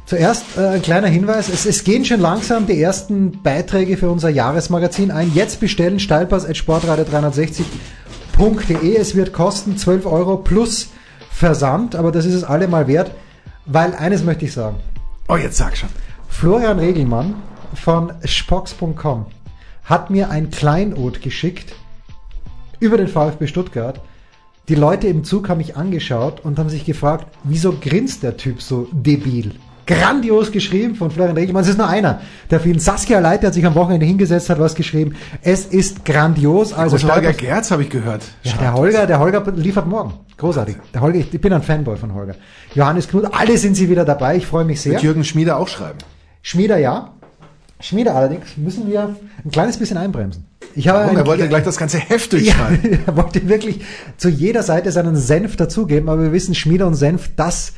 zuerst äh, ein kleiner Hinweis, es, es gehen schon langsam die ersten Beiträge für unser Jahresmagazin ein. Jetzt bestellen steilpass at sportradio360.de. Es wird kosten 12 Euro plus Versand, aber das ist es allemal wert, weil eines möchte ich sagen.
Oh, jetzt sag schon.
Florian Regelmann von spox.com hat mir ein Kleinod geschickt über den VfB Stuttgart. Die Leute im Zug haben mich angeschaut und haben sich gefragt, wieso grinst der Typ so debil? Grandios geschrieben von Florian Regelmann. Es ist nur einer der vielen. Saskia Leiter hat sich am Wochenende hingesetzt, hat was geschrieben. Es ist grandios. Also
Und Holger
Stolperst-
Gerz habe ich gehört.
ja, der Holger, der Holger liefert morgen. Großartig. Der Holger, ich bin ein Fanboy von Holger. Johannes Knut, alle sind sie wieder dabei. Ich freue mich sehr.
Wird Jürgen Schmieder auch schreiben.
Schmieder ja. Schmieder allerdings müssen wir ein kleines bisschen einbremsen. Ich habe
Und er
einen-
Oh, wollte gleich das ganze Heft
ja,
durchschreiben.
er wollte wirklich zu jeder Seite seinen Senf dazugeben, aber wir wissen, Schmieder und Senf, das,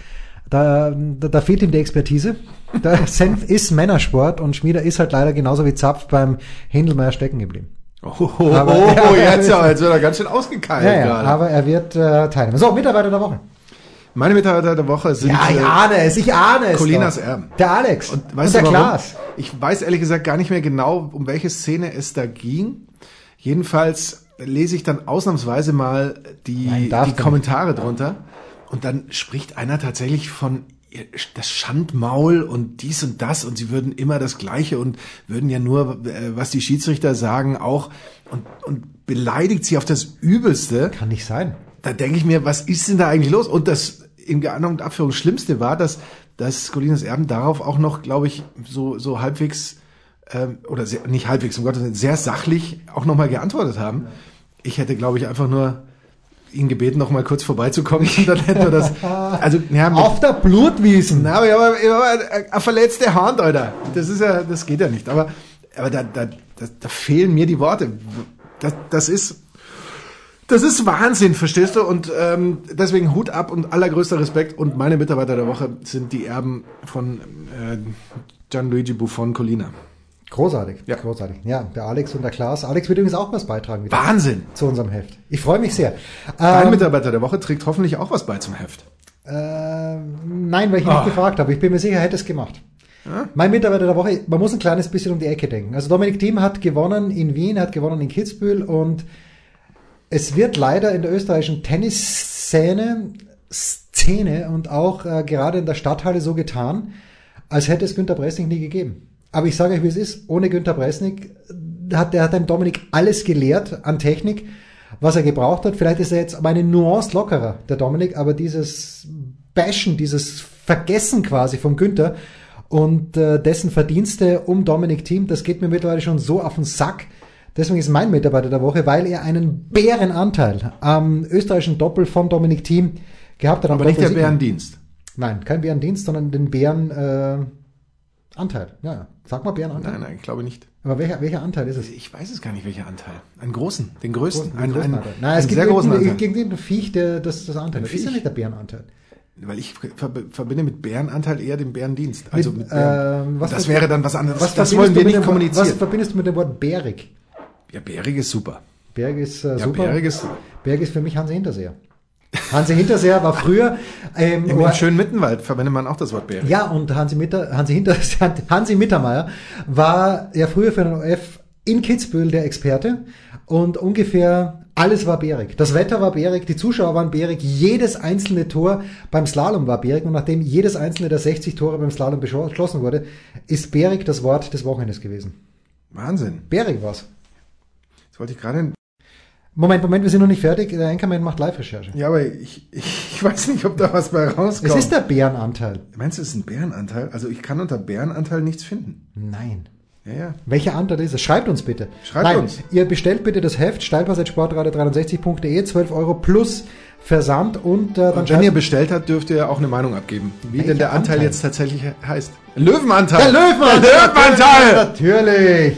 da, da, da fehlt ihm die Expertise. Der Senf ist Männersport und Schmieder ist halt leider genauso wie Zapf beim Händelmeier stecken geblieben.
Oh, oh, oh,
Aber-
oh, jetzt, aber, jetzt wird er ganz schön ausgekeilt
Ja, ja,
gerade.
aber er wird äh, teilnehmen. So, Mitarbeiter der Woche.
Meine Mitarbeiter der Woche sind
Ja, ich
äh,
ahne es, ich ahne es.
Colinas
doch.
Erben.
Der Alex und,
Und weißt
der
du warum?
Klaas.
Ich weiß ehrlich gesagt gar nicht mehr genau, um welche Szene es da ging. Jedenfalls lese ich dann ausnahmsweise mal die,
Nein, darf
die
du
Kommentare drunter und dann spricht einer tatsächlich von ihr- das Schandmaul und dies und das und sie würden immer das Gleiche und würden ja nur, äh, was die Schiedsrichter sagen, auch und, und beleidigt sie auf das Übelste
Kann nicht sein.
da denke ich mir, was ist denn da eigentlich los? Und das in Geahnung und Abführung Schlimmste war, dass, dass Colinas Erben darauf auch noch, glaube ich, so, so halbwegs, ähm, oder sehr, nicht halbwegs, um Gottes Willen, sehr sachlich auch nochmal geantwortet haben. Ich hätte, glaube ich, einfach nur ihn gebeten, nochmal kurz vorbeizukommen und dann hätte er das, also, ja, mit,
Auf der Blutwiesen.
na, aber ich habe ich hab eine, eine verletzte Hand, Alter. Das ist ja, das geht ja nicht. Aber, aber da, da, da, da fehlen mir die Worte. Das, das ist, das ist Wahnsinn, verstehst du? Und ähm, deswegen Hut ab und allergrößter Respekt. Und meine Mitarbeiter der Woche sind die Erben von äh, Gianluigi Buffon Colina.
Großartig,
Ja.
großartig. Ja, der Alex und der Klaas. Alex wird übrigens auch was beitragen wieder
Wahnsinn!
zu unserem Heft. Ich freue mich sehr.
Dein
Ähm,
Mitarbeiter der Woche trägt hoffentlich auch was bei zum Heft.
äh, nein, weil ich ihn
Ah.
nicht gefragt habe. Ich bin mir sicher, er hätte es gemacht. Mein Mitarbeiter der Woche, man muss ein kleines bisschen um die Ecke denken. Also Dominik Thiem hat gewonnen in Wien, hat gewonnen in Kitzbühel und es wird leider in der österreichischen Tennisszene Szene und auch äh, gerade in der Stadthalle so getan, als hätte es Günter Bresnik nie gegeben. Aber ich sage euch, wie es ist, ohne Günter Bresnik äh, hat der hat dem Dominik alles gelehrt an Technik, was er gebraucht hat. Vielleicht ist er jetzt aber eine Nuance lockerer, der Dominik, aber dieses Bashen, dieses Vergessen quasi von Günther und äh, dessen Verdienste um Dominik Thiem, das geht mir mittlerweile schon so auf den Sack, Deswegen ist mein Mitarbeiter der Woche, weil er einen Bärenanteil am österreichischen Doppel von Dominik Thiem gehabt hat. am
Aber nicht der
Doppelsieg.
Bärendienst.
Nein, kein Bärendienst, sondern den Bären äh, Anteil. Ja, ja. sag mal Bärenanteil.
Nein, nein, ich glaube nicht.
Aber welcher, welcher Anteil ist es?
Ich weiß es gar nicht, welcher Anteil. Einen großen, den größten.
Großen-
einen,
großen
einen,
Anteil.
einen,
Nein, es gibt
sehr großen
irgendein-
Anteil.
gegen irgendein Viech, der das, das Anteil hat. Ist ja
Viech?
nicht der Bärenanteil.
Weil ich ver- verbinde mit Bärenanteil eher den Bärendienst. Also mit,
Mit,
Bären.
ähm, was-
das wäre dann was anderes. das
verbindest
wollen
du
wir
mit
nicht
dem Wort- Was
kommunizieren.
verbindest du mit dem Wort bärig?
Ja, bärig ist super.
Berg ist äh,
Ja,
super.
Berg ist-
Berg ist für mich Hansi Hinterseher. Hansi Hinterseher war früher ähm,
Im,
war-
Im schönen Mittenwald verwendet man auch das Wort bärig.
Ja, und Hansi, Mitter, Hansi, Hinter, Hansi Mittermeier war ja früher für den OF in Kitzbühel der Experte und ungefähr alles war bärig. Das Wetter war bärig, die Zuschauer waren bärig, jedes einzelne Tor beim Slalom war bärig und nachdem jedes einzelne der 60 Tore beim Slalom beschlo- beschlossen wurde, ist bärig das Wort des Wochenendes gewesen.
Wahnsinn.
Bärig war's.
Jetzt wollte ich gerade...
Moment, Moment, wir sind noch nicht fertig. Der Enkermann macht Live-Recherche.
Ja, aber ich, ich, ich weiß nicht, ob da was bei rauskommt.
Es ist der Bärenanteil.
Meinst du, es ist ein Bärenanteil? Also ich kann unter Bärenanteil nichts finden.
Nein.
Ja, ja.
Welcher Anteil ist es? Schreibt uns bitte.
Schreibt uns.
Ihr bestellt bitte das Heft steilpass.sportradio63.de, 12 Euro plus Versand und äh, dann
Und wenn ihr
schreibt
bestellt habt, dürft ihr auch eine Meinung abgeben, wie denn der
Welcher
Anteil,
Anteil?
jetzt tatsächlich he- heißt. Löwenanteil!
Der Löwenanteil!
Der Löwenanteil!
Natürlich!